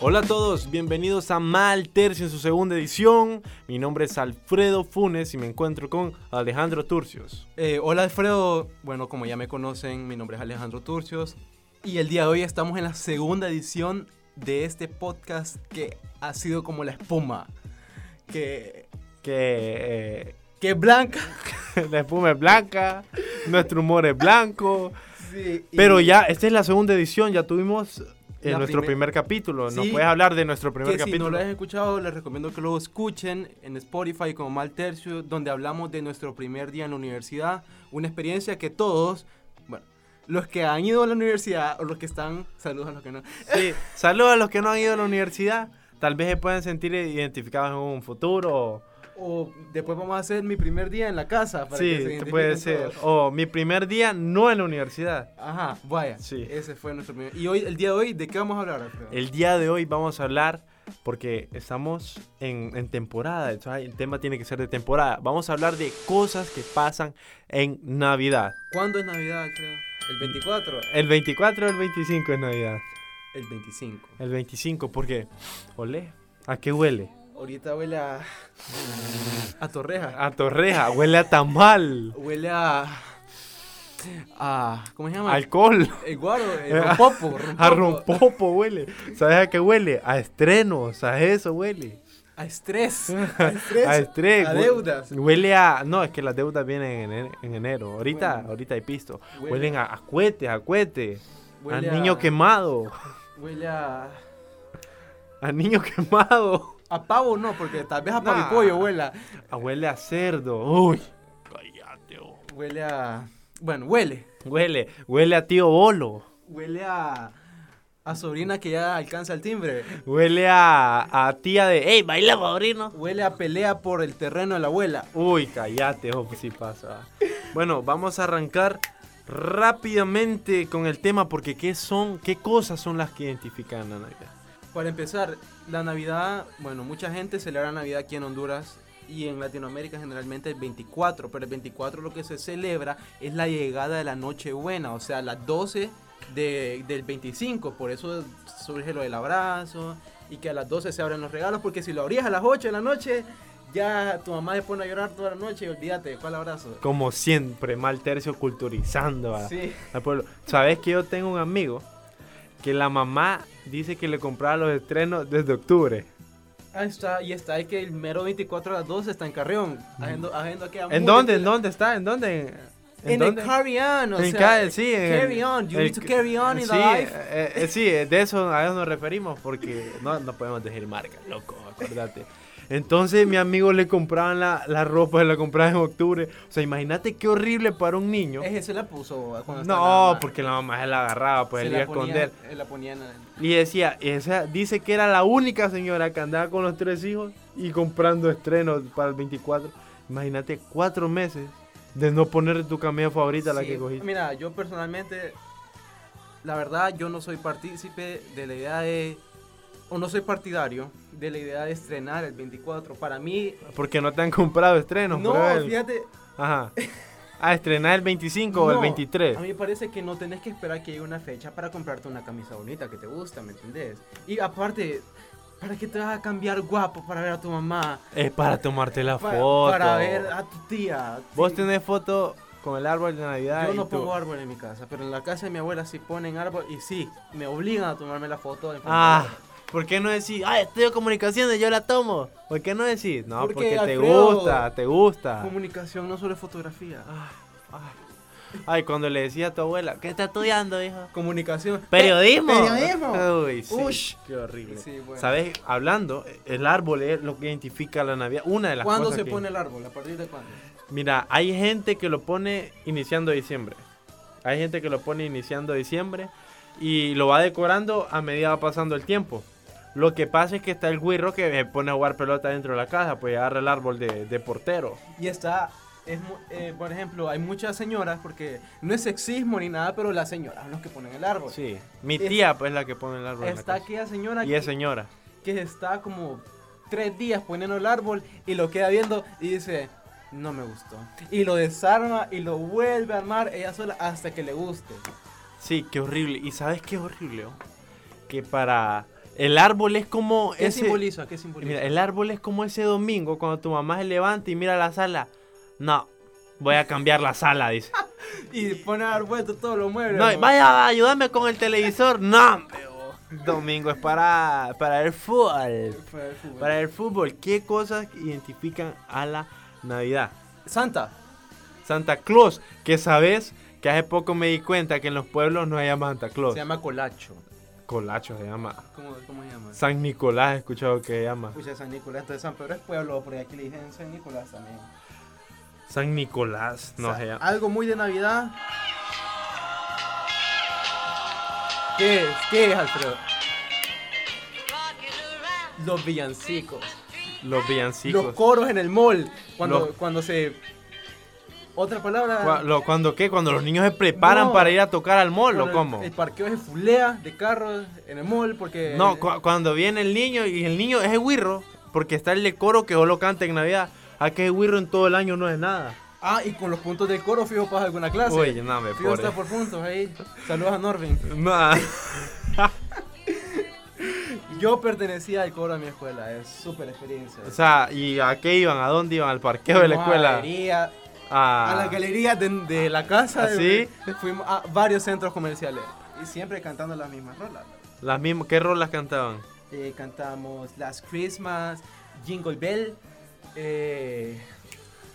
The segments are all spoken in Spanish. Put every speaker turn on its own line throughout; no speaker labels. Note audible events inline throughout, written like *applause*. Hola a todos, bienvenidos a Mal Tercio en su segunda edición. Mi nombre es Alfredo Funes y me encuentro con Alejandro Turcios.
Eh, hola Alfredo, bueno como ya me conocen, mi nombre es Alejandro Turcios y el día de hoy estamos en la segunda edición de este podcast que ha sido como la espuma, que,
Que
que es blanca.
eh, *laughs* la espuma es blanca, nuestro humor es blanco.
Sí, y-
Pero ya, esta es la segunda edición, ya tuvimos eh,
La
nuestro
primer-
primer capítulo. ¿Nos
Sí,
puedes hablar de nuestro primer
que si no
capítulo?
lo has escuchado, les recomiendo que lo escuchen en Spotify como Mal Tercio, donde hablamos de nuestro primer día en la universidad, una experiencia que todos, bueno, los que han ido a la universidad o los que están, saludos a los que no,
*laughs* Sí, saludos a los que no han ido a la universidad. Tal vez se puedan sentir identificados en un futuro.
o después vamos a hacer mi primer día en la casa. Para que se
Sí,
identifiquen
puede ser.
todos.
O mi primer día no en la universidad.
Ajá, vaya.
Sí.
Ese fue nuestro primer. Y hoy, el día de hoy, ¿de qué vamos a hablar? Alfredo?
El día de hoy vamos a hablar, porque estamos en, en temporada, entonces el tema tiene que ser de temporada. Vamos a hablar de cosas que pasan en Navidad.
¿Cuándo es Navidad, Alfredo? ¿El 24?
El 24 o el 25 es Navidad.
El 25.
El 25, porque, olé, ¿a qué huele?
Ahorita huele a. a Torreja.
A torreja, huele a
*laughs*
tamal,
Huele a. a ¿Cómo se llama?
alcohol,
El guaro, el
Eh, a-
rompopo.
a rompopo huele. ¿Sabes a qué huele? A estrenos, a eso huele.
A *laughs* estrés. A
*laughs*
estrés.
A estrés.
A
hue-
deudas.
Huele a. No, es que las deudas vienen en enero. en enero. Ahorita,
Bueno.
ahorita hay pisto.
Huele-
Huelen a, a cohetes, a cohetes.
Huele
a niño quemado. *laughs*
Huele a.
A niño quemado.
A pavo no, porque tal vez a
Nah.
pavipollo huela.
A huele a cerdo. Uy. Cállate. oh.
Huele a. Bueno, huele.
Huele, huele a tío bolo.
Huele a. A sobrina que ya alcanza el timbre.
Huele a, a tía de. ¡Ey, baila, sobrino!
Huele a pelea por el terreno de la abuela.
Uy, cállate, oh, si pasa. Bueno, vamos a arrancar rápidamente con el tema porque qué son, qué cosas son las que identifican la Navidad.
Para empezar, la Navidad, bueno, mucha gente celebra Navidad aquí en Honduras y en Latinoamérica generalmente el 24, pero el 24 lo que se celebra es la llegada de la Nochebuena, o sea, las 12 de- del 25, por eso surge lo del abrazo y que a las 12 se abren los regalos, porque si lo abrías a las 8 de la noche, ya tu mamá se pone a llorar toda la noche y olvídate, ¿cuál abrazo?
Como siempre, mal tercio culturizando a-
Sí.
al pueblo. Sabes que yo tengo un amigo que la mamá dice que le compraba los estrenos desde octubre.
Ahí está, y está ahí que el mero 24 a las 12 está en Carrión, haciendo, haciendo que
Mm. ¿En dónde? ¿En dónde está? ¿En dónde? ¿En,
En,
dónde?
el carry on, o
En
sea, eh,
ca- sí, en
carry
el-
on, you
el
need to carry on in
sí,
the life.
eh, eh, sí, de eso a eso nos referimos porque no, no podemos decir marca, loco, acuérdate. Entonces mi amigo le compraban la, la ropa, la compraban en octubre. O sea, imagínate qué horrible para un niño.
Ese se la puso cuando
No, porque la mamá se la agarraba, pues él iba a esconder.
Se la ponía en el-
Y decía, esa, dice que era la única señora que andaba con los tres hijos y comprando estrenos para el 24. Imagínate cuatro meses de no poner tu camisa favorita, la
Sí,
que cogiste.
Mira, yo personalmente, la verdad, yo no soy partícipe de la idea de. O no soy partidario de la idea de estrenar el 24. Para mí.
Porque no te han comprado estrenos.
no,
prueba el-
fíjate.
Ajá. A estrenar el 25 o el
no,
23.
A mí me parece que no tenés que esperar que llegue una fecha para comprarte una camisa bonita que te gusta, ¿me entendés? Y aparte, ¿para qué te vas a cambiar guapo para ver a tu mamá?
Es para tomarte la
Pa-
foto.
Para ver a tu tía.
Vos
Sí.
tenés foto con el árbol de Navidad.
Yo
y
no
tú-
pongo árbol en mi casa, pero en la casa de mi abuela sí ponen árbol y sí, me obligan a tomarme la foto. enfrente
Ah,
del árbol.
¿por qué no decís? Ah, estudio comunicaciones, yo la tomo. ¿Por qué no decís? No,
Porque,
porque, te
Alfredo,
gusta, te gusta.
Comunicación, no solo es fotografía.
Ay, ay. Ay, cuando le decía a tu abuela, ¿qué está estudiando, hijo?
Comunicación.
Periodismo.
Periodismo.
Uy, sí.
Ush.
Qué horrible.
Sí, bueno.
Sabes, hablando, el árbol es lo que identifica la Navidad. Una de las
¿Cuándo
cosas
se
que-
pone el árbol? ¿A partir de cuándo?
Mira, hay gente que lo pone iniciando diciembre. Hay gente que lo pone iniciando diciembre y lo va decorando a medida va pasando el tiempo. Lo que pasa es que está el güiro que se pone a jugar pelota dentro de la casa, pues agarra el árbol de, de portero.
Y está, es, mu- eh, por ejemplo, hay muchas señoras, porque no es sexismo ni nada, pero las señoras son las que ponen el árbol.
Sí. Mi
Pues Es-
tía, pues, es la que pone el árbol. en la
Está
casa.
aquella señora
Y es
que,
señora.
que está como tres días poniendo el árbol y lo queda viendo y dice, no me gustó. Y lo desarma y lo vuelve a armar ella sola hasta que le guste.
Sí, qué horrible. ¿Y sabes qué es horrible? oh? Que para El árbol es como
¿Qué
ese.
simboliza? ¿Qué simboliza?
Mira, el árbol es como ese domingo cuando tu mamá se levanta y mira la sala. No, voy a cambiar la sala, *laughs* dice.
Y pone a dar vuelta todos los muebles.
No, y
¿no?
vaya, ayúdame con el televisor. No, hombre, oh. vos. *laughs* domingo es para, para el fútbol.
Fue al fútbol.
Para el fútbol, ¿qué cosas identifican a la Navidad?
Santa.
Santa Claus, que sabes que hace poco me di cuenta que en los pueblos no se llama Santa Claus.
Se llama colacho.
Colacho se llama.
¿Cómo, cómo se llama?
San Nicolás, he escuchado que se llama.
Escucha San Nicolás, entonces San Pedro es pueblo, por aquí le dicen San Nicolás también.
San Nicolás, no
O sea,
se llama.
Algo muy de Navidad. ¿Qué es? ¿Qué es, Alfredo? Los villancicos.
Los
Los
villancicos.
coros en el mall. Cuando,
Los-
cuando se. Otra palabra.
Cua- lo- ¿Cuándo qué? Cuando los niños se preparan
No.
para ir a tocar al mall, ¿o
cuando el- este-
cómo?
El, parqueo se fulea de carros en el mall porque.
No, cu- cuando viene el niño y el niño es el guirro, porque está el de coro que solo canta en Navidad. A que el guirro en todo el año no es nada.
Ah, y con los puntos del coro, fijo, pasa alguna clase.
Oye, no me
fijo, está
pobre.
por puntos ahí. Saludos a Norvin.
No.
Yo pertenecía al coro de mi escuela, es súper experiencia.
O sea, ¿y a qué iban? ¿A dónde iban? ¿Al parqueo de la
Fuimos a
escuela?
galería,
Ah.
A la galería de, de la casa.
¿Ah, sí?
Fuimos a varios centros comerciales. Y siempre cantando las mismas rolas.
Las mismas, ¿qué rolas cantaban?
Eh, cantamos Last Christmas, Jingle Bell. eh,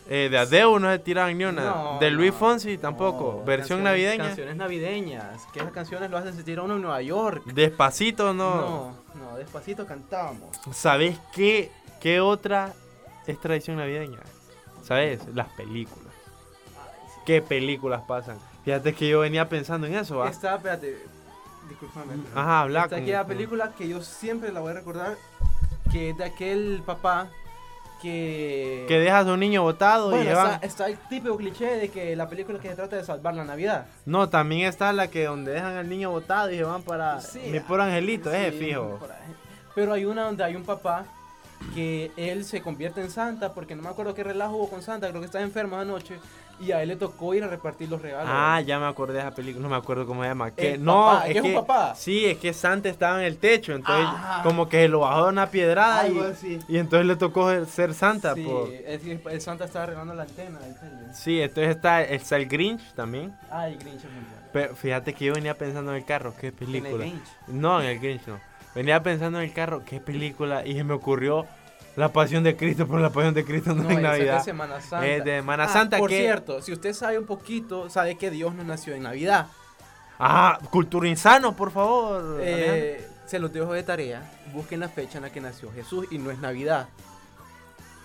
Eh, de Adeu no se tiraban ni una.
no,
de Luis
no,
Fonsi
no,
tampoco. Versión
canciones-
navideña.
Canciones navideñas. Que esas canciones lo hacen sentir a uno en Nueva York.
Despacito no.
No, no, despacito cantábamos.
¿Sabes qué? ¿Qué otra es tradición navideña? ¿Sabes? Las películas. ¿Qué películas pasan? Fíjate que yo venía pensando en eso. ¿va?
Esta, espérate, discúlpame.
Ajá, habla
Esta
con-
aquella
con-
película que yo siempre la voy a recordar. Que es de aquel papá que.
Que dejas a un niño botado y
Bueno,
llevan-
está, está el típico cliché de que la película que se trata de salvar la Navidad.
No, también está la que donde dejan al niño botado y se van para
Sí,
mi
ah,
pobre angelito,
sí,
eh,
un
fijo.
coraje. Pero hay una donde hay un papá que él se convierte en Santa porque no me acuerdo qué relajo hubo con Santa, creo que estaba enfermo anoche y a él le tocó ir a repartir los regalos.
Ah, ya me acordé de esa película, no me acuerdo cómo se llama. Que,
El
no,
papá, que es un papá.
Sí, es que Santa estaba en el techo, entonces
Ah.
como que lo bajó de una piedrada y,
Algo así.
y entonces le tocó ser- ser Santa.
Sí,
por-
es que el Santa estaba arreglando la antena del tele.
Sí, entonces está, está el Grinch también.
Ay, Grinch es muy bueno.
Pero fíjate que yo venía pensando en el carro, qué
En el
película.
Grinch.
No, en el Grinch no. Venía pensando en el carro, qué película, y se me ocurrió La Pasión de Cristo, pero La Pasión de Cristo *laughs* no,
No,
es
esa es de
Navidad.
Semana Santa.
Es de Semana
Ah,
Santa
Por
que-
cierto, si usted sabe un poquito, sabe que Dios no nació en Navidad.
Ah, Cultura Insano, por favor. Alejandro.
Eh, se los dejo de tarea. Busquen la fecha en la que nació Jesús y no es Navidad.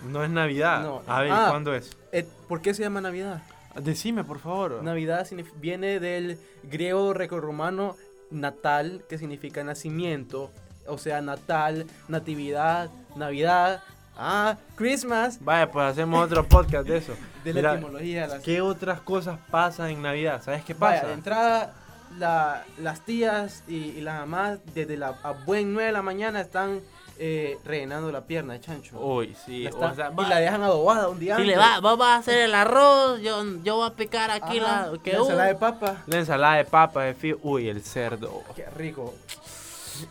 No es Navidad.
no.
A ver,
Ah.
¿cuándo es?
Eh, ¿Por qué se llama Navidad?
Decime, por favor.
Navidad signif- viene del griego romano natal, que significa nacimiento. O sea, natal, natividad, Navidad. Ah, Christmas.
Vaya, pues hacemos otro podcast de
*laughs*
eso.
De la
Mira,
etimología de las
¿Qué otras cosas pasan en Navidad? ¿Sabes qué
Vaya,
pasa?
de entrada, la- las tías y, y las mamás desde la a buen 9 de la mañana están eh, rellenando la pierna de chancho.
Uy, Oh, sí.
La están-
o sea,
y
va-
la dejan adobada un día
sí, le
antes.
va, vos vas a hacer el arroz, yo, yo voy a picar aquí
Ajá,
la... que
la
hubo.
ensalada de papa.
La ensalada de papa, de fi- Uy, el cerdo.
Qué rico.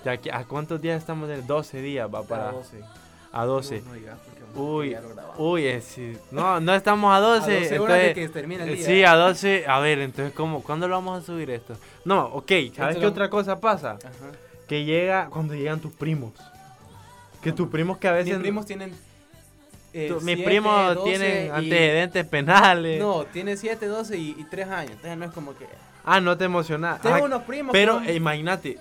De aquí- ¿A cuántos días estamos? del 12 días, va para...
A 12.
A 12.
No, no digas, porque vamos a
Uy,
pelear ahora, vamos.
uy, es- sí. no, no estamos a 12.
A 12
entonces-
horas
eh,
de que termine el día.
Sí, a 12. A ver, entonces, ¿cómo, ¿cuándo lo vamos a subir esto? No, ok, ¿sabes
Esto
qué
lo-
otra cosa pasa?
Ajá.
Que llega cuando llegan tus primos. Que tus primos que a
Mis
veces...
primos tienen. eh,
tu- mis
siete,
primos
12
tienen
y-
antecedentes penales.
No, tiene 7, 12 y, 3 años. Entonces no es como que.
Ah, no te emocionas.
Tengo
Ah,
unos primos. que
pero
son-
eh, imagínate,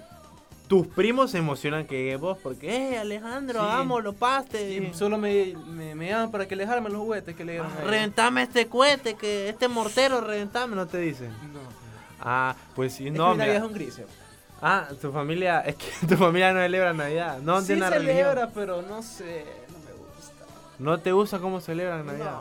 tus primos se emocionan que llegues vos porque, eh, Alejandro,
Sí. pues,
vamos, lo paste.
y solo me, me, me llaman para que les armen los juguetes que le dieron. a ellos.
Reventame este cohete, que este mortero, reventame, no te dicen.
No.
Ah, pues sí,
Es
no,
que mi
mira.
Navidad es un gris.
Ah, tu familia, es que *laughs* tu familia no celebra Navidad. No
sí
tiene una
celebra,
religión.
pero no sé, no me gusta.
No te gusta cómo celebran
No,
Navidad.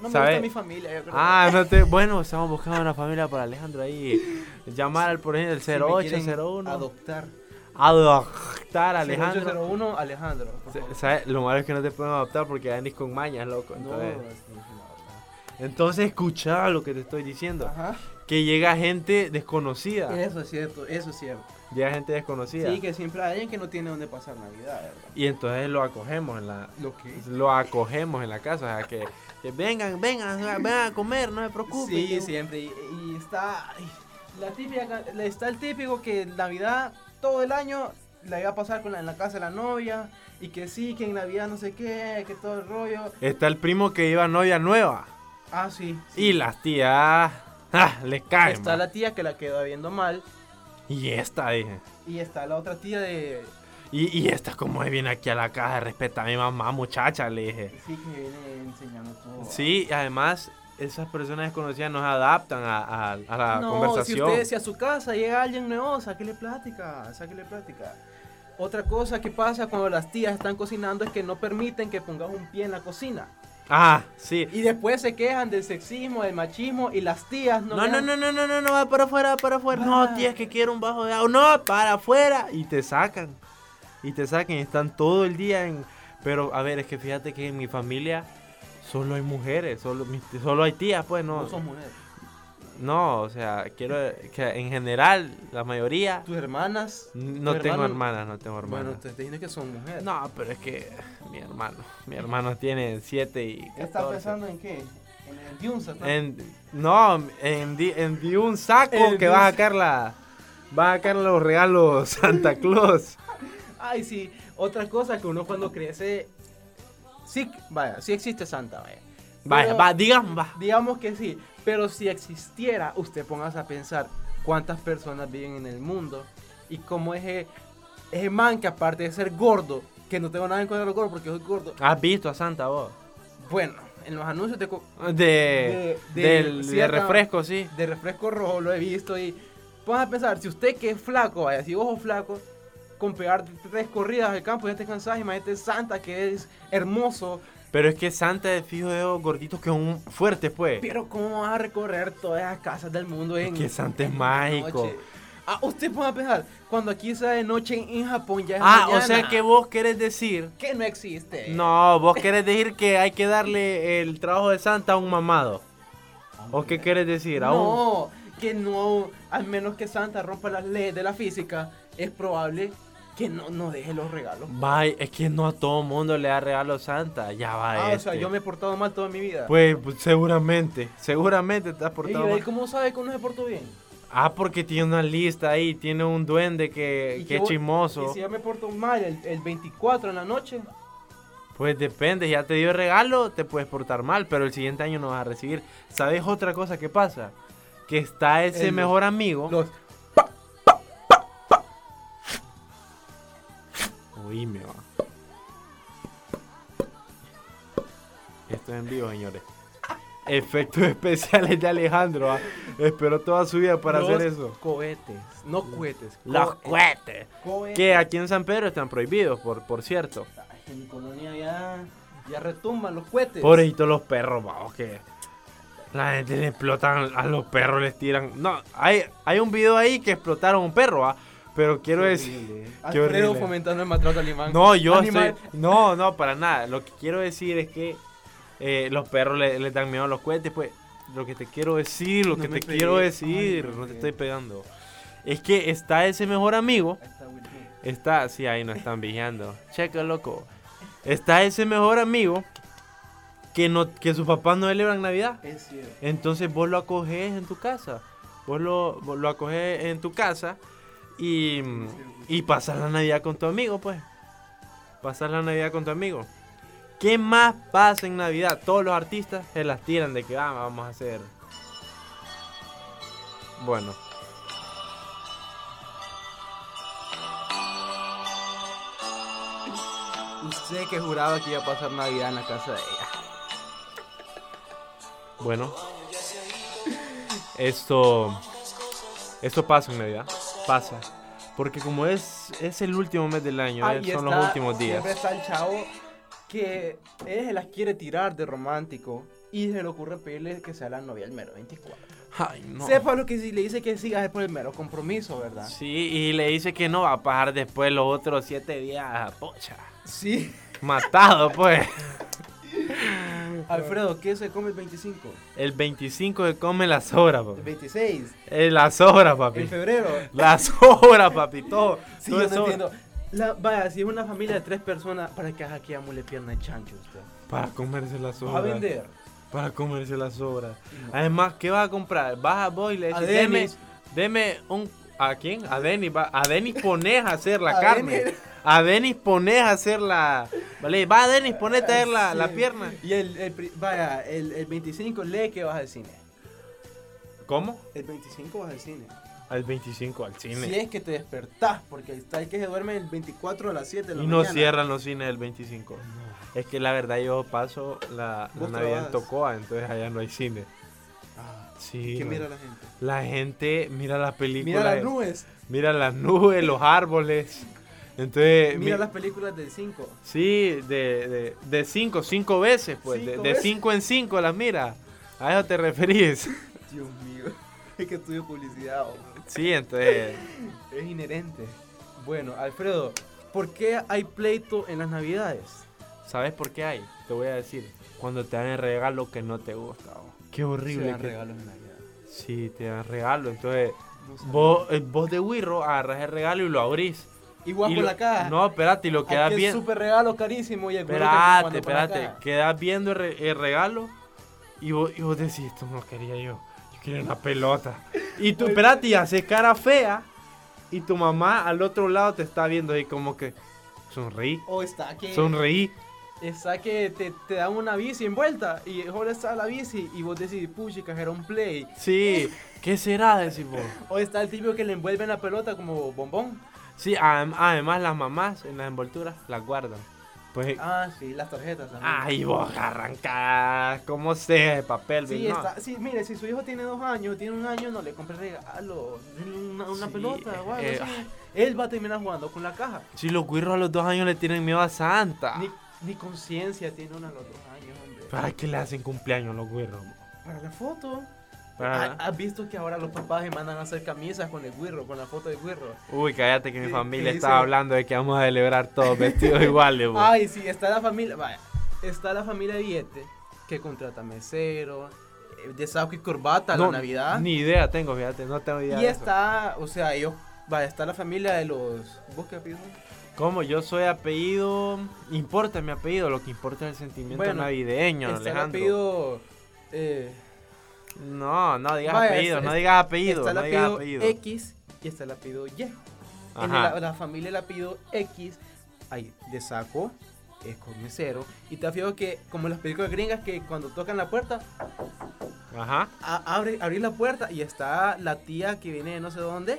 no me
¿Sabe?
gusta mi familia, yo creo.
Ah, no te. Bueno, estamos buscando una familia para Alejandro ahí. Llamar al, por ejemplo, el
Si me quieren
0801.
Adoptar.
adoptar a Alejandro.
0801 Alejandro. por favor.
Se- ¿Sabes? Lo malo es que no te pueden adoptar porque andes con mañas, loco.
No,
Entonces,
es que no, no.
entonces escucha lo que te estoy diciendo.
Ajá.
Que llega gente desconocida.
Eso es cierto, eso es cierto.
llega gente desconocida.
Sí, que siempre hay alguien que no tiene dónde pasar Navidad, ¿verdad?
Y entonces lo acogemos en la
Lo que
lo acogemos en la casa, o sea que, que vengan, vengan, vengan a comer, no se preocupen.
Sí, siempre. Y, y está ay, la típica, ca- la- está el típico que Navidad todo el año la iba a pasar con la- en la casa de la novia y que sí, que en Navidad no sé qué, que todo el rollo.
Está el primo que lleva novia nueva
Ah, sí.
y las tías ¡ja! les caen.
Está
ma.
la tía que la queda viendo mal
Y esta dije.
y está la otra tía de...
Y, y esta como viene aquí a la casa, respeta a mi mamá, muchacha, le dije.
Sí, que viene enseñando todo.
Sí, y además esas personas desconocidas nos adaptan a, a- a la
no, si
conversación.
usted si a su casa llega alguien nuevo, sáquele plática, sáquele plática. Otra cosa que pasa cuando las tías están cocinando es que no permiten que pongas un pie en la cocina.
Ah, sí.
Y después se quejan del sexismo, del machismo y las tías no
No, no,
dejan-
no, no, no, no, no, va para afuera, va para afuera.
Va.
No, tía, es que quiero un bajo de agua. No, para afuera. Y te sacan. Y te sacan. y Están todo el día en. Pero, a ver, es que fíjate que en mi familia solo hay mujeres. Solo, mis- solo hay tías, pues, no.
No son mujeres.
No, o sea, quiero que en general, la mayoría.
Tus hermanas.
No
tu
tengo
hermano-
hermanas, no tengo
Bueno,
hermanas.
te te dicen que son mujeres.
No, pero es que mi hermano. Mi hermano tiene 7 y.
¿Qué estás
14.
pensando en qué? En el Yunza, ¿no?
En, no, en, di- en di un saco
En
que
di
va a
un-
sacar la. Va a sacar los regalos *laughs* Santa Claus.
Ay, sí. Otra cosa que uno cuando crece. Sí, vaya, sí existe Santa, vaya.
Vaya,
Pero-
va, digan, va.
Digamos que sí, pero si existiera, usted póngase a pensar cuántas personas viven en el mundo y cómo es ese man que aparte de ser gordo, que no tengo nada en contra de los gordos porque soy gordo,
¿Has visto a Santa vos?
bueno, en los anuncios de, co-
De.
De-
del,
de
de
cierta-
refresco, sí.
de refresco rojo lo he visto y póngase a pensar, si usted que es flaco, vaya, si vos sos flaco, con pegar tres corridas al campo ya te cansás, imagínate Santa que es hermoso,
Pero es que Santa es fijo de esos gorditos que son fuertes, pues.
pero cómo vas a recorrer todas las casas del mundo
Es
en...
que Santa es
en la
mágico.
noche? Ah, usted puede pensar, cuando aquí sea de noche en, en Japón ya es
Ah, o
mañana.
sea que vos querés decir.
Que no existe.
No, vos querés decir que hay que darle el trabajo de Santa a un mamado. ¿O qué querés decir? A un.
No, que no, al menos que Santa rompa las leyes de la física, es probable que no, no deje los regalos.
Vaya, es que no a todo mundo le da regalo Santa. Ya va
Ah, o sea,
este.
yo me he portado mal toda mi vida.
Pues, pues, seguramente, seguramente te has
¿Y
portado
él
mal.
cómo sabe que uno se portó bien?
Ah, porque tiene una lista ahí, tiene un duende
¿Y
que, que
qué
es
voy-
Eh, chismoso.
Y si yo me porto mal el, el 24 en la noche,
Pues depende, ya te dio el regalo, te puedes portar mal, pero el siguiente año no vas a recibir. ¿Sabes otra cosa que pasa? Que está ese
El-
mejor amigo.
los...
Oíme, va. Esto es en vivo,
*laughs*
señores. Efectos especiales de Alejandro. va. Esperó toda su vida para
los
hacer eso.
cohetes, no cohetes.
Los
cohetes,
cohetes.
cohetes.
Que aquí en San Pedro están prohibidos, por, por cierto.
Ay, En mi colonia ya, ya retumban los cohetes.
Pobrecitos los perros, vamos, que la gente le explotan a los perros, les tiran. No, hay, hay un video ahí que explotaron un perro, ¿ah? pero quiero decir.
eh.
Qué
Alfredo
horrible.
fomentando el maltrato animal.
No, yo
Animal.
estoy- No, no, para nada. Lo que quiero decir es que eh, los perros le- les dan miedo a los cohetes, pues. Lo que te quiero decir, lo
No
que
me
te
pegué.
quiero
Ay,
decir,
no me
no te
pegué.
estoy pegando. Es que está ese mejor amigo
Ahí está Will Smith.
Está, sí, ahí nos están vigilando. Checa, loco. Está ese mejor amigo que, no, que sus papás no celebran Navidad.
Es cierto.
Entonces vos lo acoges en tu casa. Vos lo, vos lo acoges en tu casa y, y pasas la Navidad con tu amigo, pues. Pasas la Navidad con tu amigo. ¿Qué más pasa en Navidad? Todos los artistas se las tiran de que "Ah, vamos a hacer. Bueno.
Usted que juraba que iba a pasar Navidad en la casa de ella.
Bueno, esto, esto pasa en Navidad, pasa, porque como es, es el último mes del año,
Ah,
eh,
y
son
está-
los últimos días.
Siempre está el chavo que él se las quiere tirar de romántico y se le ocurre pedirle que sea la novia el mero 24.
Ay, no.
Sepa lo que si le dice que siga es por el mero compromiso, ¿verdad?
Sí, y le dice que no va a pasar después los otros siete días, pocha,
Sí.
matado pues.
Alfredo, ¿qué se come el 25?
El 25 se come la sobra,
El
papi.
26,
Eh, la sobra,
en
papi.
febrero.
La sobra, papi. Todo.
Sí,
todo
yo
es
no
sobra.
entiendo. La- vaya, si es una familia de tres personas, ¿para qué haga que amule pierna de chancho usted?
Para comerse la sobra.
¿Va a vender?
Para comerse la sobra. Además, ¿qué vas a comprar? Vas a vos y le
A
dices, deme,
Denis.
deme un... ¿A quién? A Denis. va- A Denis pones a hacer la
*laughs* A
carne.
Denis.
A Denis pones a hacer la... Vale, va Denis, ponete a hacer la, la
Sí.
pierna.
Y el, el pri- vaya, el, el 25 lee que vas al cine.
¿Cómo?
El 25 vas al cine.
Al 25, al cine.
Si es que te despertás, porque está el que se duerme el 24 a las 7 de la
Y no
mañana.
cierran los cines el 25. Es que la verdad yo paso la, la
Vos
Navidad en
trabajas.
Tocoa, entonces allá no hay cine.
Ah,
Sí.
¿Qué
no.
mira la gente?
La gente mira las películas.
Mira las nubes.
mira las nubes, los árboles. Entonces,
Mira
Eh, mi-
las películas del 5.
Sí, de, de, de cinco, cinco veces, pues. de-
Cinco
de,
veces.
cinco en cinco las mira. A eso te referís. *laughs*
Dios mío. *laughs* Es que estudio publicidad. hombre.
Sí, entonces.
Es inherente. Bueno, Alfredo, ¿por qué hay pleito en las navidades?
¿Sabes por qué hay? Te voy a decir. Cuando te dan el regalo que no te gusta. vos. Qué horrible.
Se dan
que-
regalos en navidad.
Sí, te dan regalo. Entonces,
No sé.
vos, eh, vos de Wirro agarras el regalo y lo abrís.
Y guapo
y lo-
la caja.
No, espérate, y lo
Aquí
quedas
es
bien.
súper regalo carísimo. Y el culo que
Espérate,
cuando para
espérate.
acá.
Quedas viendo el, re- el regalo y vos, y vos decís, esto no lo quería yo. Yo quería una pelota. Y
*laughs*
tú, espérate, y haces cara fea. Y tu mamá al otro lado te está viendo y como que sonreí,
O está que.
sonreí.
Está que te, te dan una bici envuelta. Y ahora está la bici. Y vos decís, puchica, era un play.
Sí, ¿qué será? Decimos.
O está el típico que le envuelve la pelota como bombón.
Sí, adem- además las mamás en las envolturas las guardan. Pues,
Ah, sí, las tarjetas también.
ay, vos arrancás, como sea de papel,
Sí,
bien, no.
está, sí, mire, si su hijo tiene dos años, tiene un año, no le compre regalo, denle una, una
Sí,
pelota o algo
eh,
así. Él va a terminar jugando con la caja.
Si los guirros a los dos años le tienen miedo a Santa.
Ni, ni conciencia tiene uno a los dos años, hombre.
¿Para qué le hacen cumpleaños los Ah, güirros?
Para la foto. Ah,
Para-
¿Ha- ¿Has visto que ahora los papás le mandan a hacer camisas con el güirro, con la foto del güirro?
Uy, cállate que mi
¿Qué-
familia
qué
estaba
dice?
hablando de que vamos a celebrar todos
*laughs*
vestidos iguales, bo.
Ay, sí, está la familia, vaya, está la familia de billete que contrata mesero, eh, de saco y corbata a
No,
la Navidad.
Ni idea tengo, fíjate, no tengo idea.
Y
de eso.
está, o sea, ellos, vaya, está la familia de los... ¿Vos qué apellido?
¿Cómo? Yo soy apellido. Importa mi apellido, lo que importa es el sentimiento
Bueno,
navideño,
está el
Alejandro.
apellido... eh,
No, no digas
Vaya,
apellido,
es-
no
es-
digas apellido,
está el
no digas
apellido,
apellido.
X y está el apellido Y. En
Ajá.
la, la familia del apellido X hay de saco, es con mesero. Y te fijo que, como en las películas gringas, que cuando tocan la puerta,
Ajá.
a- abre, abrí la puerta y está la tía que viene de no sé dónde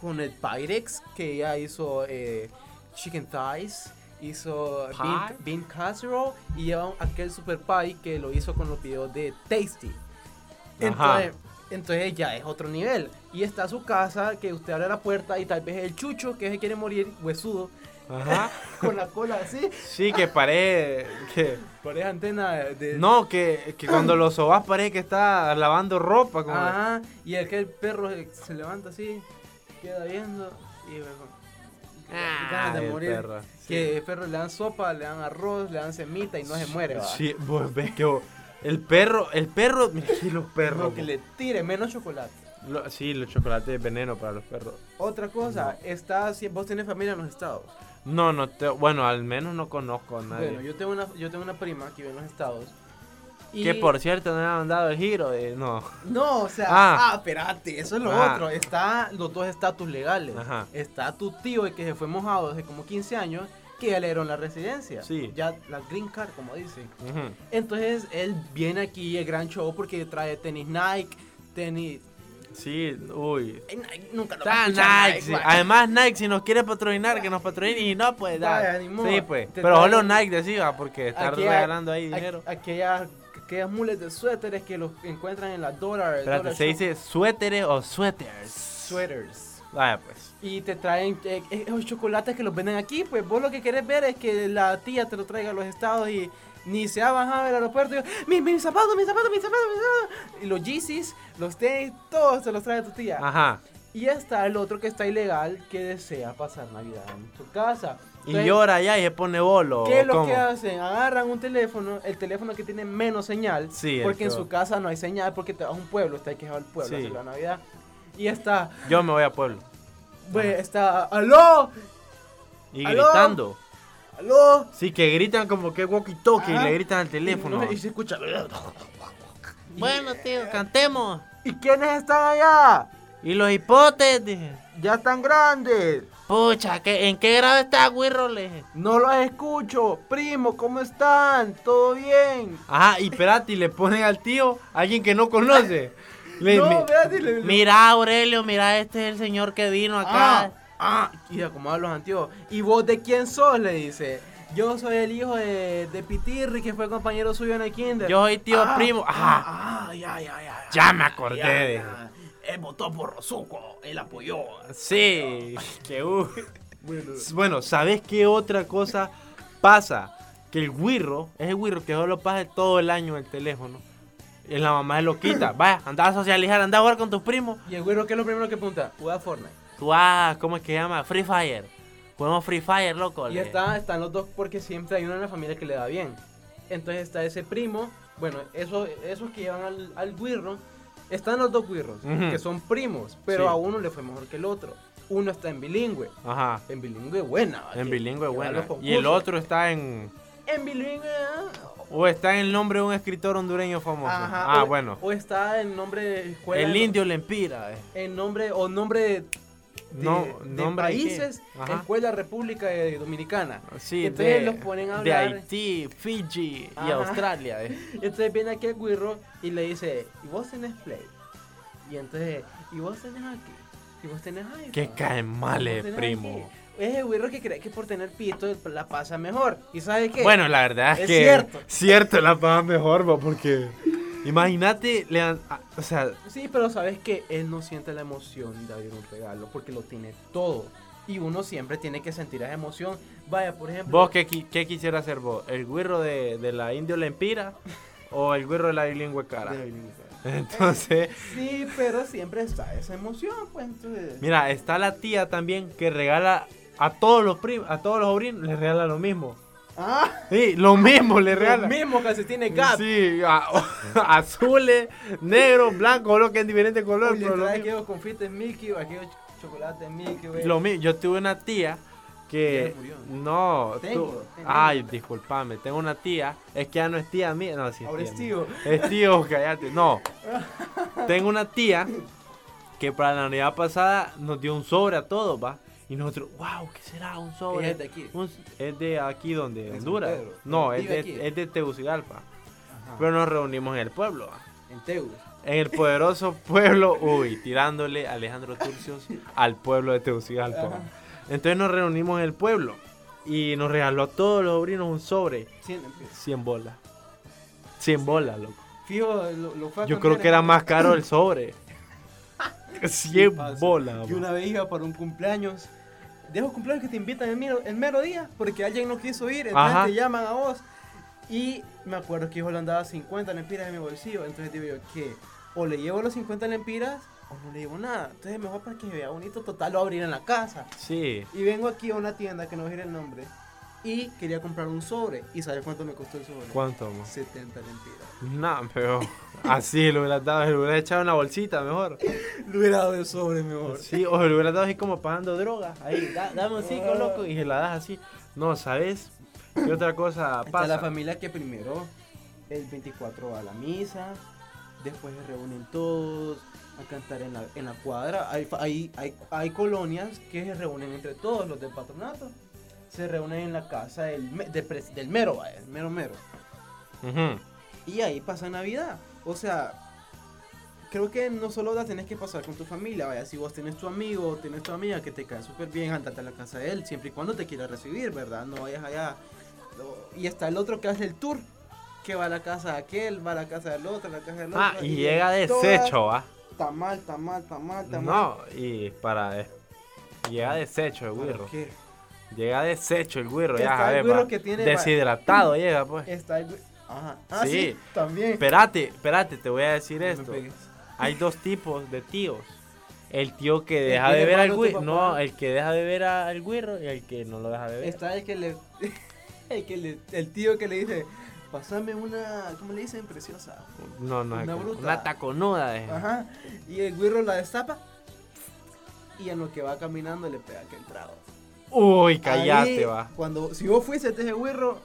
con el Pyrex que ella hizo eh, chicken thighs, hizo bean,
Pie.
bean casserole y lleva aquel super pie que lo hizo con los videos de Tasty.
Ajá.
Entonces, entonces ya es otro nivel. Y está su casa que usted abre la puerta y tal vez el chucho que se quiere morir huesudo
Ajá.
con la cola
*laughs*
así.
Sí, que parece. Que...
Parece antena de...
No, que, que cuando lo sobas parece que está lavando ropa. Como...
Ajá, Ah, y aquel perro se- se levanta así, queda viendo y luego-
Ah,
ganas de
el
morir.
perro, sí.
Que el perro le dan sopa, le dan arroz, le dan semita y no se muere. ¿va?
Sí, vos ves que vos- el perro, el perro, mira aquí los perros.
Lo que le tire menos chocolate.
Lo- sí, los chocolates es veneno para los perros.
Otra cosa, está si vos tenés familia en los estados.
No, no, te- bueno, al menos no conozco a nadie.
Bueno, yo tengo una yo tengo una prima que vive en los estados. y-
Que por cierto no me han dado el giro, eh, no.
No, o sea,
Ah.
ah, espérate, eso es lo
Ah.
otro. Está los dos estatus legales.
Ajá.
Está tu tío el que se fue mojado desde como 15 años, que ya le dieron la residencia.
Sí.
Ya la green card, como dicen.
Ujú.
Entonces él viene aquí el gran show porque trae tenis Nike, tenis.
Sí, uy.
Ay, Nike, nunca lo va a
Está
escuchar
Nike. sí.
va.
Además, Nike, si nos quiere patrocinar, que nos patrocinen y no, pues
Vaya,
da.
ni modo.
Sí, pues.
Te
Pero
traen-
solo Nike decía, porque estar
Aquí hay-
regalando ahí
Aqu-
dinero.
Aquellas, aquellas mules de suéteres que los encuentran en las dólares.
Espérate, ¿se dice suéteres o suéteres?
sweaters.
Vaya, pues.
Y te traen eh, esos chocolates que los venden aquí. Pues vos lo que querés ver es que la tía te lo traiga a los estados y ni se ha bajado del aeropuerto. Y yo, mis mis zapatos, mis zapatos, mis zapatos, mis zapatos. Y los Yeezys, los tenis, todos se los trae tu tía.
Ajá.
Y está el otro que está ilegal que desea pasar Navidad en su casa.
Y
Entonces,
llora allá y se pone bolo.
Pues, ¿Qué
¿o
es lo
cómo?
que hacen? Agarran un teléfono, el teléfono que tiene menos señal,
Sí, el
porque en su
peor.
casa no hay señal, porque te vas a un pueblo, está quejado el pueblo,
Sí.
hace la Navidad. Y está,
Yo me voy a pueblo.
güey, está, aló,
Y
¡Aló!
gritando.
aló.
Sí, que gritan como que walkie-talkie y
Ajá.
le gritan al teléfono.
Y, no- y se escucha. Y-
tío, cantemos.
¿Y quiénes están allá?
Y los hipotes, dije.
Ya están grandes.
Pucha, ¿qué- ¿en qué grado está Wirro? Le dije.
No los escucho. Primo, ¿cómo están? ¿Todo bien?
Ajá, y espérate, y le ponen al tío alguien que no
*laughs*
conoce. Le-
no,
mi-
vea, dile, dile.
mira, Aurelio, mira, este es el señor que vino
Ah, ah, y acomoda los antiguos. ¿Y vos de quién sos? Le dice. Yo soy el hijo de, de Pitirri, que fue compañero suyo en el kinder.
Yo soy tío primo.
Ah, ah, ya, ya, ya.
Ya me acordé de-
Él votó por Rosuco, él apoyó.
Sí, que u-
Bueno,
Bueno, ¿sabes qué otra cosa pasa? Que el Wirro, es el Wirro que solo pasa todo el año en el teléfono. Y la mamá se lo
*clears throat*
quita. Vaya, anda a socializar, anda a jugar con tus primos.
y el güero, ¿qué es lo primero que apunta? Juega Fortnite.
Tú, ah, ¿cómo es que se llama? Free Fire. Juguemos Free Fire, loco.
Y
le-
está, están los dos porque siempre hay uno en la familia que le da bien. Entonces está ese primo, bueno, esos, esos que llevan al, al guirro, están los dos guirros,
Ujú.
que son primos, pero
Sí.
a uno le fue mejor que el otro. Uno está en bilingüe,
Ajá.
en bilingüe buena.
En
Ah, que-
bilingüe,
que va a
bueno.
los
Y el
concursos.
otro está en.
En bilingüe, ah,
O está en el nombre de un escritor hondureño famoso.
ajá,
ah,
o-
bueno.
O está en nombre de escuela.
el
en-
indio Lempira. eh.
En nombre, o nombre de, de-
No,
de
nombre de qué.
países,
Ajá.
escuela República eh, Dominicana.
Sí, de,
Entonces los ponen a
de
hablar.
Haití, Fiji y
Ajá.
Australia. eh.
Entonces viene aquí el guirro y le dice, ¿y vos tenés play? Y entonces, ¿y vos tenés aquí? ¿Y vos tenés iPhone?
Que caen mal,
¿Y
eh,
vos tenés
primo.
aquí?". Es el guirro que cree que por tener pito la pasa mejor. ¿Y sabe qué?
Bueno, la verdad es,
Es
que.
cierto.
Cierto, la paga mejor, bo, porque. Imagínate, le dan- ah, o sea,
Sí, pero ¿sabes que Él no siente la emoción de abrir un regalo porque lo tiene todo. Y uno siempre tiene que sentir esa emoción. Vaya, por ejemplo...
vos, ¿qué, qui- qué quisieras hacer vos? ¿El guirro de, de la indio Lempira o el guirro de la bilingüe cara? Entonces.
Sí, pero siempre está esa emoción, pues entonces...
Mira, está la tía también que regala a todos los primos, a todos los sobrinos, les regala lo mismo.
Ah,
Sí, lo mismo le
el
regala.
mismo que se tiene Gap.
Sí, a- *laughs* azules, negros, blancos, lo que es diferente color.
Oye,
pero lo
trae
mismo.
aquellos confites Milky, o aquellos ch- chocolates Milky, güey.
Lo mismo, yo tuve una tía
Ya
que...
se murió.
No, tú-
Tengo, tengo.
ay, discúlpame, tengo una tía, es que ya no es tía mía, no, sí.
Ahora es
mía.
tío.
Es tío, cállate.
*laughs*
No. Tengo una tía que para la Navidad pasada nos dio un sobre a todos, ¿va? Y nosotros, wow, ¿qué será un sobre?
Ella es de aquí.
Un- es de aquí donde,
De
Honduras.
San Pedro.
No, es
Vive
de,
aquí. Ah.
es de Tegucigalpa.
Ajá.
Pero nos reunimos en el pueblo, ¿va?
En Teu.
En el poderoso pueblo, uy, tirándole a Alejandro Turcios al pueblo de Tegucigalpa.
Ajá.
Entonces nos reunimos en el pueblo y nos regaló a todos los sobrinos un sobre, 100 bolas. 100 bolas, loco.
Fijo, lo, lo fue a
Yo
cambiar
creo que
en-
era más caro el
*laughs*
sobre. *laughs*
Sí
100
pasa.
bolas.
Yo
ma.
una vez iba para un cumpleaños. De esos cumpleaños que te invitan el mero, el mero día porque alguien no quiso ir, entonces
Ajá.
te llaman a vos. Y me acuerdo que yo le andaba 50 lempiras en mi bolsillo, entonces digo yo que o le llevo los 50 lempiras o no le llevo nada. Entonces mejor para que se vea bonito, total lo abrir en la casa.
Sí.
Y vengo aquí a una tienda que no voy a decir el nombre. Y quería comprar un sobre. ¿Y sabes cuánto me costó el sobre?
¿Cuánto, más?
70 lempiras.
Nah, pero así lo hubieras dado, lo hubieras echado en la bolsita mejor.
Lo hubiera dado el sobre, mi amor.
Sí, o lo hubieras dado así como pagando droga. Ahí, da- dame un cinco, loco, y se la das así. No, ¿sabes? ¿Qué otra cosa
Está la
pasa?
familia que primero el 24 va a la misa, después se reúnen todos a cantar en la, en la cuadra. Hay, fa- hay, hay, hay colonias que se reúnen entre todos los del patronato. Se reúnen en la casa del, me- del, pres- del mero, vaya, el mero mero.
Ujú.
Y ahí pasa Navidad. O sea, creo que no solo la tenés que pasar con tu familia. Vaya, si vos tenés tu amigo o tenés tu amiga que te cae súper bien, andate a la casa de él, siempre y cuando te quiera recibir, ¿verdad? No vayas allá. Lo- Y está el otro que hace el tour. Que va a la casa de aquel, va a la casa del otro, a la casa del otro.
Ah, y llega
todas-
deshecho, ¿ah?
Está mal, está mal, está mal, está mal.
No, y para. eh, llega deshecho el
¿Para
güirro.
qué?
Llega deshecho el güirro,
Que
ya
está el
sabes.
güirro
va.
que tiene, Eh, va.
Deshidratado llega, pues.
Está el... güey- Ajá. Ah, sí,
Sí.
también.
Espérate, espérate, te voy a decir
No me
esto.
pegues.
Hay dos tipos de tíos. El tío que
El
deja
que es
de ver al
hermano de tu
güirro.
papá.
No, el que deja de ver a- al güirro y el que no lo deja de ver.
Está el que le. *laughs* El, que le- el tío que le dice, pasame una. ¿Cómo le dicen? Preciosa.
No, no,
Una
es como-
bruta.
una taconuda. de-
Ajá. Y el güirro la destapa. Y en lo que va caminando le pega aquel trago.
Uy,
Ahí,
callate, va.
Cuando, si vos fuiste ese güirro,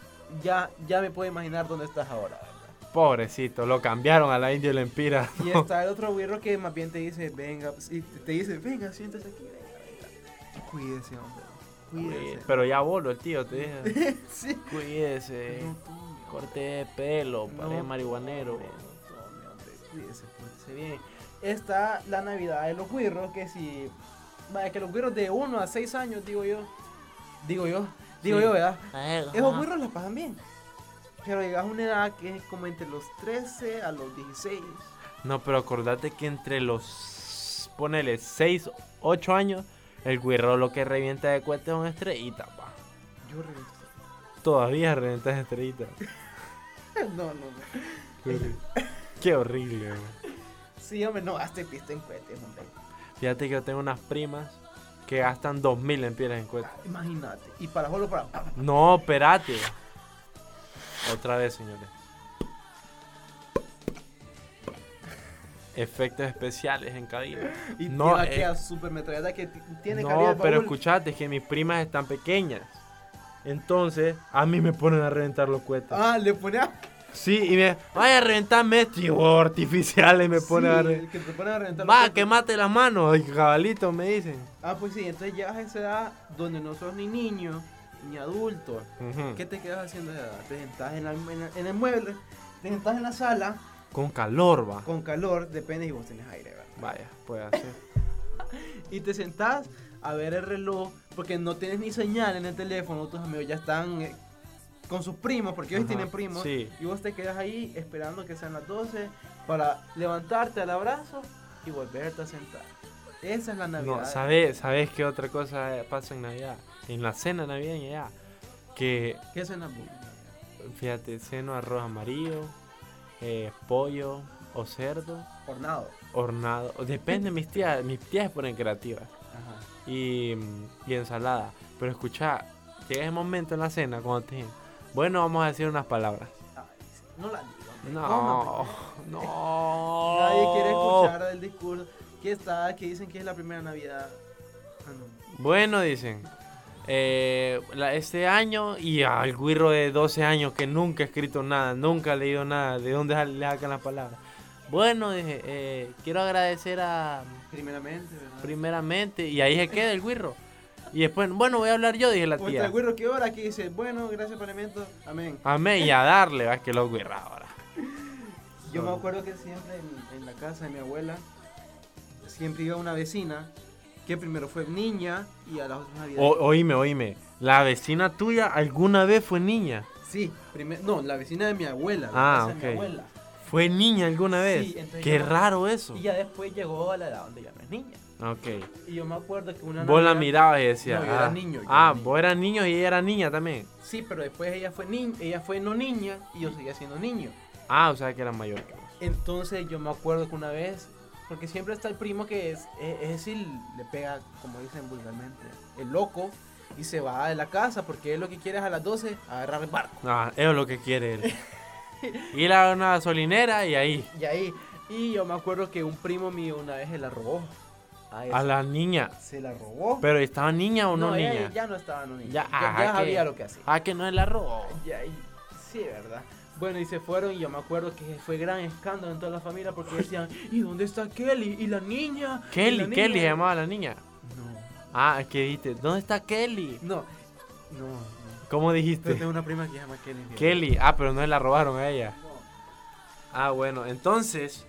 ya, ya me puedo imaginar dónde estás ahora, ¿verdad?
Pobrecito, lo cambiaron a la Indio Lempira.
Y está el otro güirro que más bien te dice, venga, y te te dice, venga, siéntese aquí, venga, venga. Cuídese, hombre. Cuídese.
Pero ya volo el tío, te dije.
*laughs* sí.
*laughs* Cuídese.
No tome,
Corte de pelo,
No.
pared de marihuanero.
hombre, no tome, hombre, Cuídese, cuídese bien. Está la Navidad de los güirros, que si. Vaya, que los güirros de 1 a 6 años, digo yo. Digo yo. Digo
Sí.
yo, ¿verdad? Esos
Eh, Ajá.
güiros la pasan bien. Pero llegas a una edad que es como entre los 13 a los 16.
No, pero acordate que entre los, ponele, 6, 8 años, el güirro lo que revienta de cuete son estrellitas, pa.
Yo regreso. *laughs*
Todavía reventas *laughs* estrellitas.
No, no, no.
Qué horrible, güey.
Sí, hombre, no gaste pista en cohetes, hombre.
Fíjate que yo tengo unas primas que gastan 2000 lempiras en cuete.
Ah, Imagínate. Y para solo para. ah,
No, espérate. Otra vez, señores. Efectos especiales en cabina.
Y
No,
lleva
eh.
aquella supermetralleta que t- tiene
No,
cabida de
pero
baúl.
escuchate, es que mis primas están pequeñas. Entonces, a mí me ponen a reventar los cohetes.
Ah, le pone a.
Sí, y me. Vaya a reventarme este trigo artificiales, me ponen a
*laughs* Sí,
reventar.
el que te pone a reventar los
Va,
cohetes.
quemate las manos, ay, cabalito, me dicen.
Ah, pues sí, entonces llegas a esa edad donde no sos ni niño ni adulto.
Ujú.
¿Qué te quedas haciendo de edad? Te sentás en, la- en la- en el mueble, te sentás en la sala
Con calor, va.
con calor, depende si vos tenés aire, ¿verdad?
Vaya, puede hacer.
y te sentás a ver el reloj porque no tienes ni señal en el teléfono, tus amigos ya están eh, con sus primos, porque ellos
Ajá,
tienen primos,
sí.
y vos te quedas ahí esperando que sean las 12 para levantarte al abrazo y volverte a sentar. Esa es la Navidad.
No, ¿sabes, ¿sabes qué otra cosa eh, pasa en Navidad? En la cena navideña ya. Que,
¿Qué es en la bu-
fíjate, seno, arroz amarillo, eh, pollo o cerdo,
Hornado.
hornado. Depende, mis tías, mis tías se ponen creativas. Y, mm, y ensalada. Pero escucha, llega ese momento en la cena cuando te dicen, bueno, vamos a decir unas palabras.
Ay, sí, no la digo. hombre,
No,
cómame.
no.
*laughs* Nadie quiere escuchar el discurso que está, que dicen que es la primera Navidad. Ah, no.
Bueno, dicen. eh, la- este año y al guirro de 12 años que nunca ha escrito nada, nunca ha leído nada, ¿de dónde sa- le sacan las palabras? Bueno, dije, eh, quiero agradecer a
Primeramente, ¿verdad?
primeramente y ahí se queda el guirro. Y después, bueno, voy a hablar yo, dije la
O está el
tía.
güero que ora que dice, bueno, gracias por el alimento, amén.
Amén, y a darle, va, es que los guirra ahora.
Yo me acuerdo que siempre en, en la casa de mi abuela, siempre iba una vecina que primero fue niña y a las otras navidades.
O- oíme, oíme, la vecina tuya alguna vez fue niña.
Sí, primer- no, la vecina de mi abuela. la
Ah,
casa de
ok.
mi abuela.
Fue niña alguna vez.
Sí, entonces
Qué
yo-
raro eso.
Y ya después llegó a la edad donde ya no es niña.
Ok.
Y yo me acuerdo que una
Vos la
Navidad-
mirabas y decías.
No, yo era
ah,
niño, yo
ah,
era niño.
vos eras niño y ella era niña también.
Sí, pero después ella fue niña, ella fue no niña y yo seguía siendo niño.
Ah, o sea que eras mayor que vos.
Entonces yo me acuerdo que una vez, porque siempre está el primo que es, e, es, es decir, le pega, como dicen vulgarmente, el loco y se va de la casa porque él lo que quiere es a las 12 agarrar el barco.
Ah, eso es lo que quiere
*laughs*
él. Ir a una gasolinera y ahí.
Y ahí, y yo me acuerdo que un primo mío una vez se la robó. A esa.
A la niña.
Se la robó.
Pero ¿estaba niña o no,
ella
niña?
ya no estaba no niña.
Ya, ah,
Ya,
ajá,
ya
que-
sabía lo que hacía.
Ah, que no es la robó.
Y ahí, sí, verdad. Bueno, y se fueron y yo me acuerdo que fue gran escándalo en toda la familia porque decían, ¿y dónde está Kelly? ¿Y la niña? ¿Y la
Kelly,
niña?"
Kelly se llamaba la niña.
No.
Ah, es que dijiste, ¿dónde está Kelly?
No, no, no.
¿Cómo
Pero
dijiste?
tengo una prima que se llama Kelly. fíjate.
Kelly. Ah, pero no la robaron a ella.
No.
Ah, bueno, entonces.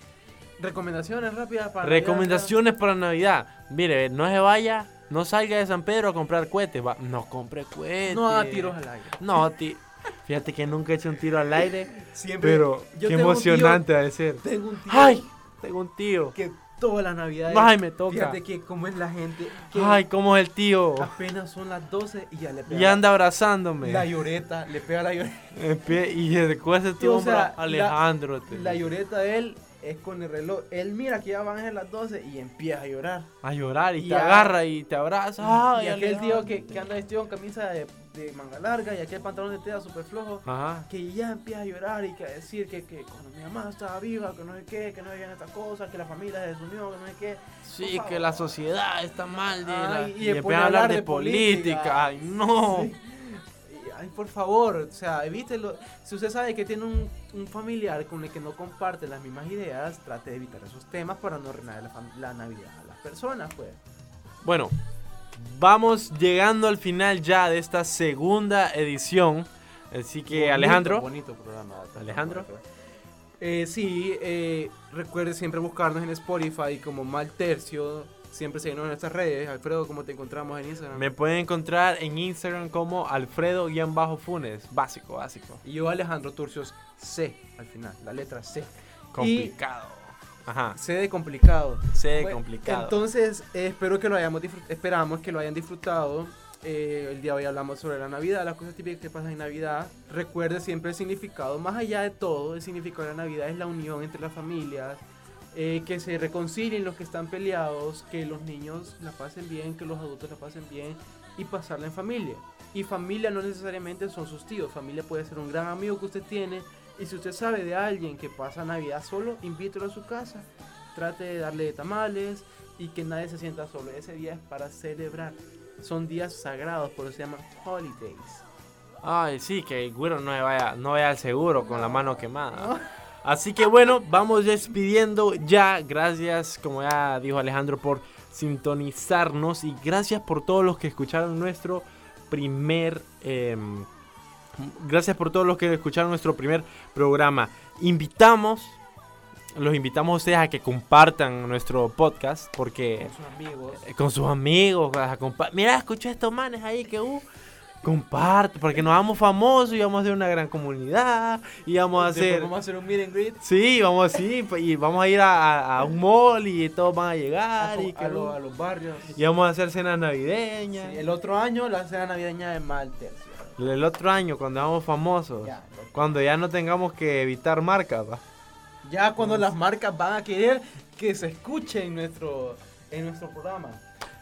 Recomendaciones rápidas para.
Recomendaciones para Navidad. Mire, no se vaya, no salga de San Pedro a comprar cohetes. va- No compre cohetes.
Navidad. No haga tiros al aire.
No, ti- fíjate que nunca he hecho un tiro al aire,
Siempre.
pero
yo
qué
tengo un tío-
emocionante ha de ser.
tengo un tío.
¡Ay! Tengo un tío.
Que todas las navidades.
¡Ay, me toca!
Fíjate que cómo es la gente. Que
¡Ay, cómo es el
*laughs*
tío!
Apenas son las 12 y ya le pega.
Y anda
La la
abrazándome.
lloreta, le pega la lloreta.
En pie- Y después de
Sí,
tu
o
hombro,
sea, la-
Alejandro. te
La
dice.
lloreta de él es con el reloj. Él mira que ya van a ser las 12 y empieza a llorar.
A llorar y,
Y
te
a-
agarra y te abraza.
y
Ay,
aquel tío que,
Alejandro.
que anda vestido con camisa de, de manga larga y aquel pantalón de tela súper flojo.
Ajá.
Que ya empieza a llorar y que a decir que, que cuando mi mamá estaba viva, que no sé qué, que no habían estas cosas, que la familia se desunió, que no sé qué.
Sí,
Por
que
favor.
la sociedad está mal. de la-
Ay, y
y
le pone
empiezan a hablar de, política. Ay, no.
Sí. Y, Ay, por favor, o sea, evítelo. Si usted sabe que tiene un, un familiar con el que no comparte las mismas ideas, trate de evitar esos temas para no arruinar la, fam- la Navidad a las personas, pues.
Bueno, vamos llegando al final ya de esta segunda edición. Así que,
Bonito,
Alejandro.
Bonito programa.
Alejandro.
Eh, sí, eh, recuerde siempre buscarnos en Spotify como Mal Tercio. Siempre seguirnos en nuestras redes. Alfredo, ¿cómo te encontramos en Instagram?
Me pueden encontrar en Instagram como Alfredo-Funes. Básico, básico.
Y yo, Alejandro Turcios C, al final, la letra C.
Complicado. Ajá.
C de complicado.
Sé
Bueno,
complicado.
Entonces, eh, espero que lo hayamos disfrut- esperamos que lo hayan disfrutado. Eh, el día de hoy hablamos sobre la Navidad, las cosas típicas que pasan en Navidad. Recuerde siempre el significado, más allá de todo, el significado de la Navidad es la unión entre las familias, eh, que se reconcilien los que están peleados, que los niños la pasen bien, que los adultos la pasen bien y pasarla en familia. Y familia no necesariamente son sus tíos, familia puede ser un gran amigo que usted tiene y si usted sabe de alguien que pasa Navidad solo, invítelo a su casa trate de darle tamales y que nadie se sienta solo. Ese día es para celebrar. Son días sagrados, por eso se llaman holidays.
Ay, sí, que el güero no se vaya, no vaya al seguro con la mano quemada. Así que bueno, vamos despidiendo ya. Gracias, como ya dijo Alejandro, por sintonizarnos y gracias por todos los que escucharon nuestro primer... em, gracias por todos los que escucharon nuestro primer programa. Invitamos, los invitamos a ustedes a que compartan nuestro podcast porque
Con sus amigos.
eh, con sus amigos. a compa- Mira, escucha estos manes ahí que uh, comparte, porque nos vamos famosos y vamos a hacer una gran comunidad y vamos a
Después
hacer.
Vamos a hacer un meet and greet.
Sí, vamos así, pues, y vamos a ir a, a- a un mall y todos van a llegar
a,
y,
co-
que,
a lo-
uh,
a los barrios.
y vamos a hacer cenas
Sí,
navideñas.
el otro año la cena navideña de Malter.
el, otro año, cuando vamos famosos,
Ya, lo-
cuando ya no tengamos que evitar marcas, ¿va?
ya cuando las marcas van a querer que se escuche en nuestro, en nuestro programa.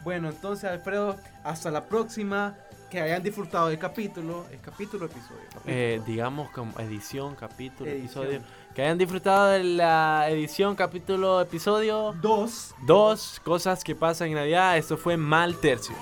Bueno, entonces Alfredo, hasta la próxima. Que hayan disfrutado del capítulo. Es capítulo o episodio. Capítulo.
Eh, digamos como edición, capítulo,
Edición.
episodio. Que hayan disfrutado de la edición, capítulo, episodio.
Dos.
Dos cosas que pasan en Navidad. Esto fue Mal Tercio.